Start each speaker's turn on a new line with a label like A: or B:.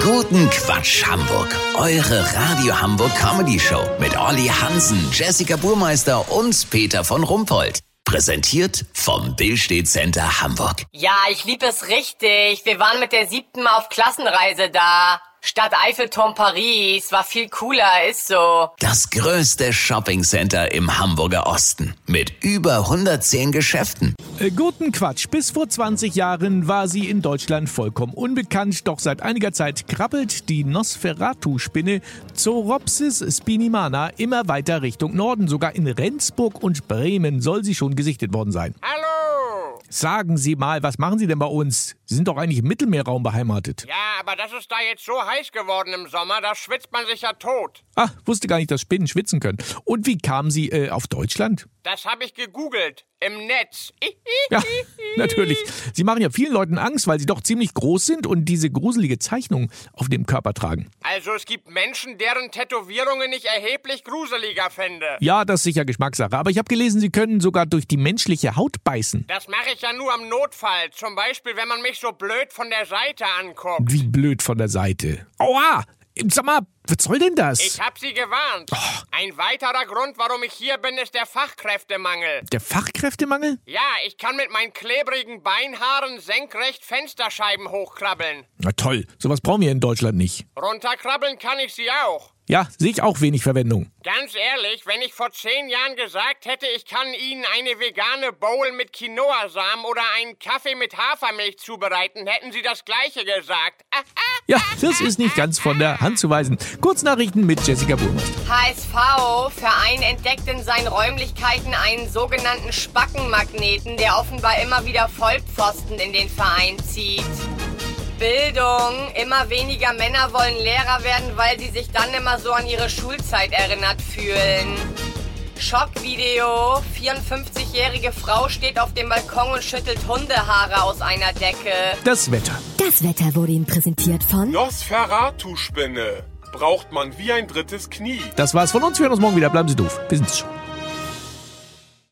A: Guten Quatsch Hamburg. Eure Radio Hamburg Comedy Show mit Olli Hansen, Jessica Burmeister und Peter von Rumpold. Präsentiert vom Billstedt Center Hamburg.
B: Ja, ich lieb es richtig. Wir waren mit der siebten mal auf Klassenreise da. Stadt Eiffelturm Paris. War viel cooler, ist so.
A: Das größte Shopping Center im Hamburger Osten mit über 110 Geschäften.
C: Äh, Guten Quatsch. Bis vor 20 Jahren war sie in Deutschland vollkommen unbekannt, doch seit einiger Zeit krabbelt die Nosferatu-Spinne Zoropsis spinimana immer weiter Richtung Norden. Sogar in Rendsburg und Bremen soll sie schon gesichtet worden sein.
D: Hallo!
C: Sagen Sie mal, was machen Sie denn bei uns? Sie sind doch eigentlich im Mittelmeerraum beheimatet.
D: Ja, aber das ist da jetzt so heiß geworden im Sommer, da schwitzt man sich ja tot.
C: Ah, wusste gar nicht, dass Spinnen schwitzen können. Und wie kamen Sie äh, auf Deutschland?
D: Das habe ich gegoogelt. Im Netz.
C: Ja, natürlich. Sie machen ja vielen Leuten Angst, weil sie doch ziemlich groß sind und diese gruselige Zeichnung auf dem Körper tragen.
D: Also es gibt Menschen, deren Tätowierungen ich erheblich gruseliger fände.
C: Ja, das ist sicher Geschmackssache. Aber ich habe gelesen, sie können sogar durch die menschliche Haut beißen.
D: Das mache ich ja nur am Notfall. Zum Beispiel, wenn man mich so blöd von der Seite anguckt.
C: Wie blöd von der Seite. Aua! Sag mal, was soll denn das?
D: Ich habe sie gewarnt.
C: Oh.
D: Ein weiterer Grund, warum ich hier bin, ist der Fachkräftemangel.
C: Der Fachkräftemangel?
D: Ja, ich kann mit meinen klebrigen Beinhaaren senkrecht Fensterscheiben hochkrabbeln.
C: Na toll, sowas brauchen wir in Deutschland nicht.
D: Runterkrabbeln kann ich sie auch.
C: Ja, sehe ich auch wenig Verwendung.
D: Ganz ehrlich, wenn ich vor zehn Jahren gesagt hätte, ich kann Ihnen eine vegane Bowl mit Quinoa-Samen oder einen Kaffee mit Hafermilch zubereiten, hätten Sie das Gleiche gesagt. Ah, ah.
C: Ja, das ist nicht ganz von der Hand zu weisen. Kurznachrichten mit Jessica Burmeister.
B: HSV, Verein entdeckt in seinen Räumlichkeiten einen sogenannten Spackenmagneten, der offenbar immer wieder Vollpfosten in den Verein zieht. Bildung, immer weniger Männer wollen Lehrer werden, weil sie sich dann immer so an ihre Schulzeit erinnert fühlen. Schockvideo, 54-jährige Frau steht auf dem Balkon und schüttelt Hundehaare aus einer Decke.
C: Das Wetter.
E: Das Wetter wurde Ihnen präsentiert von
F: Nosferatu-Spinne braucht man wie ein drittes Knie.
C: Das war's von uns. Wir hören uns morgen wieder. Bleiben Sie doof. Wir sind's schon.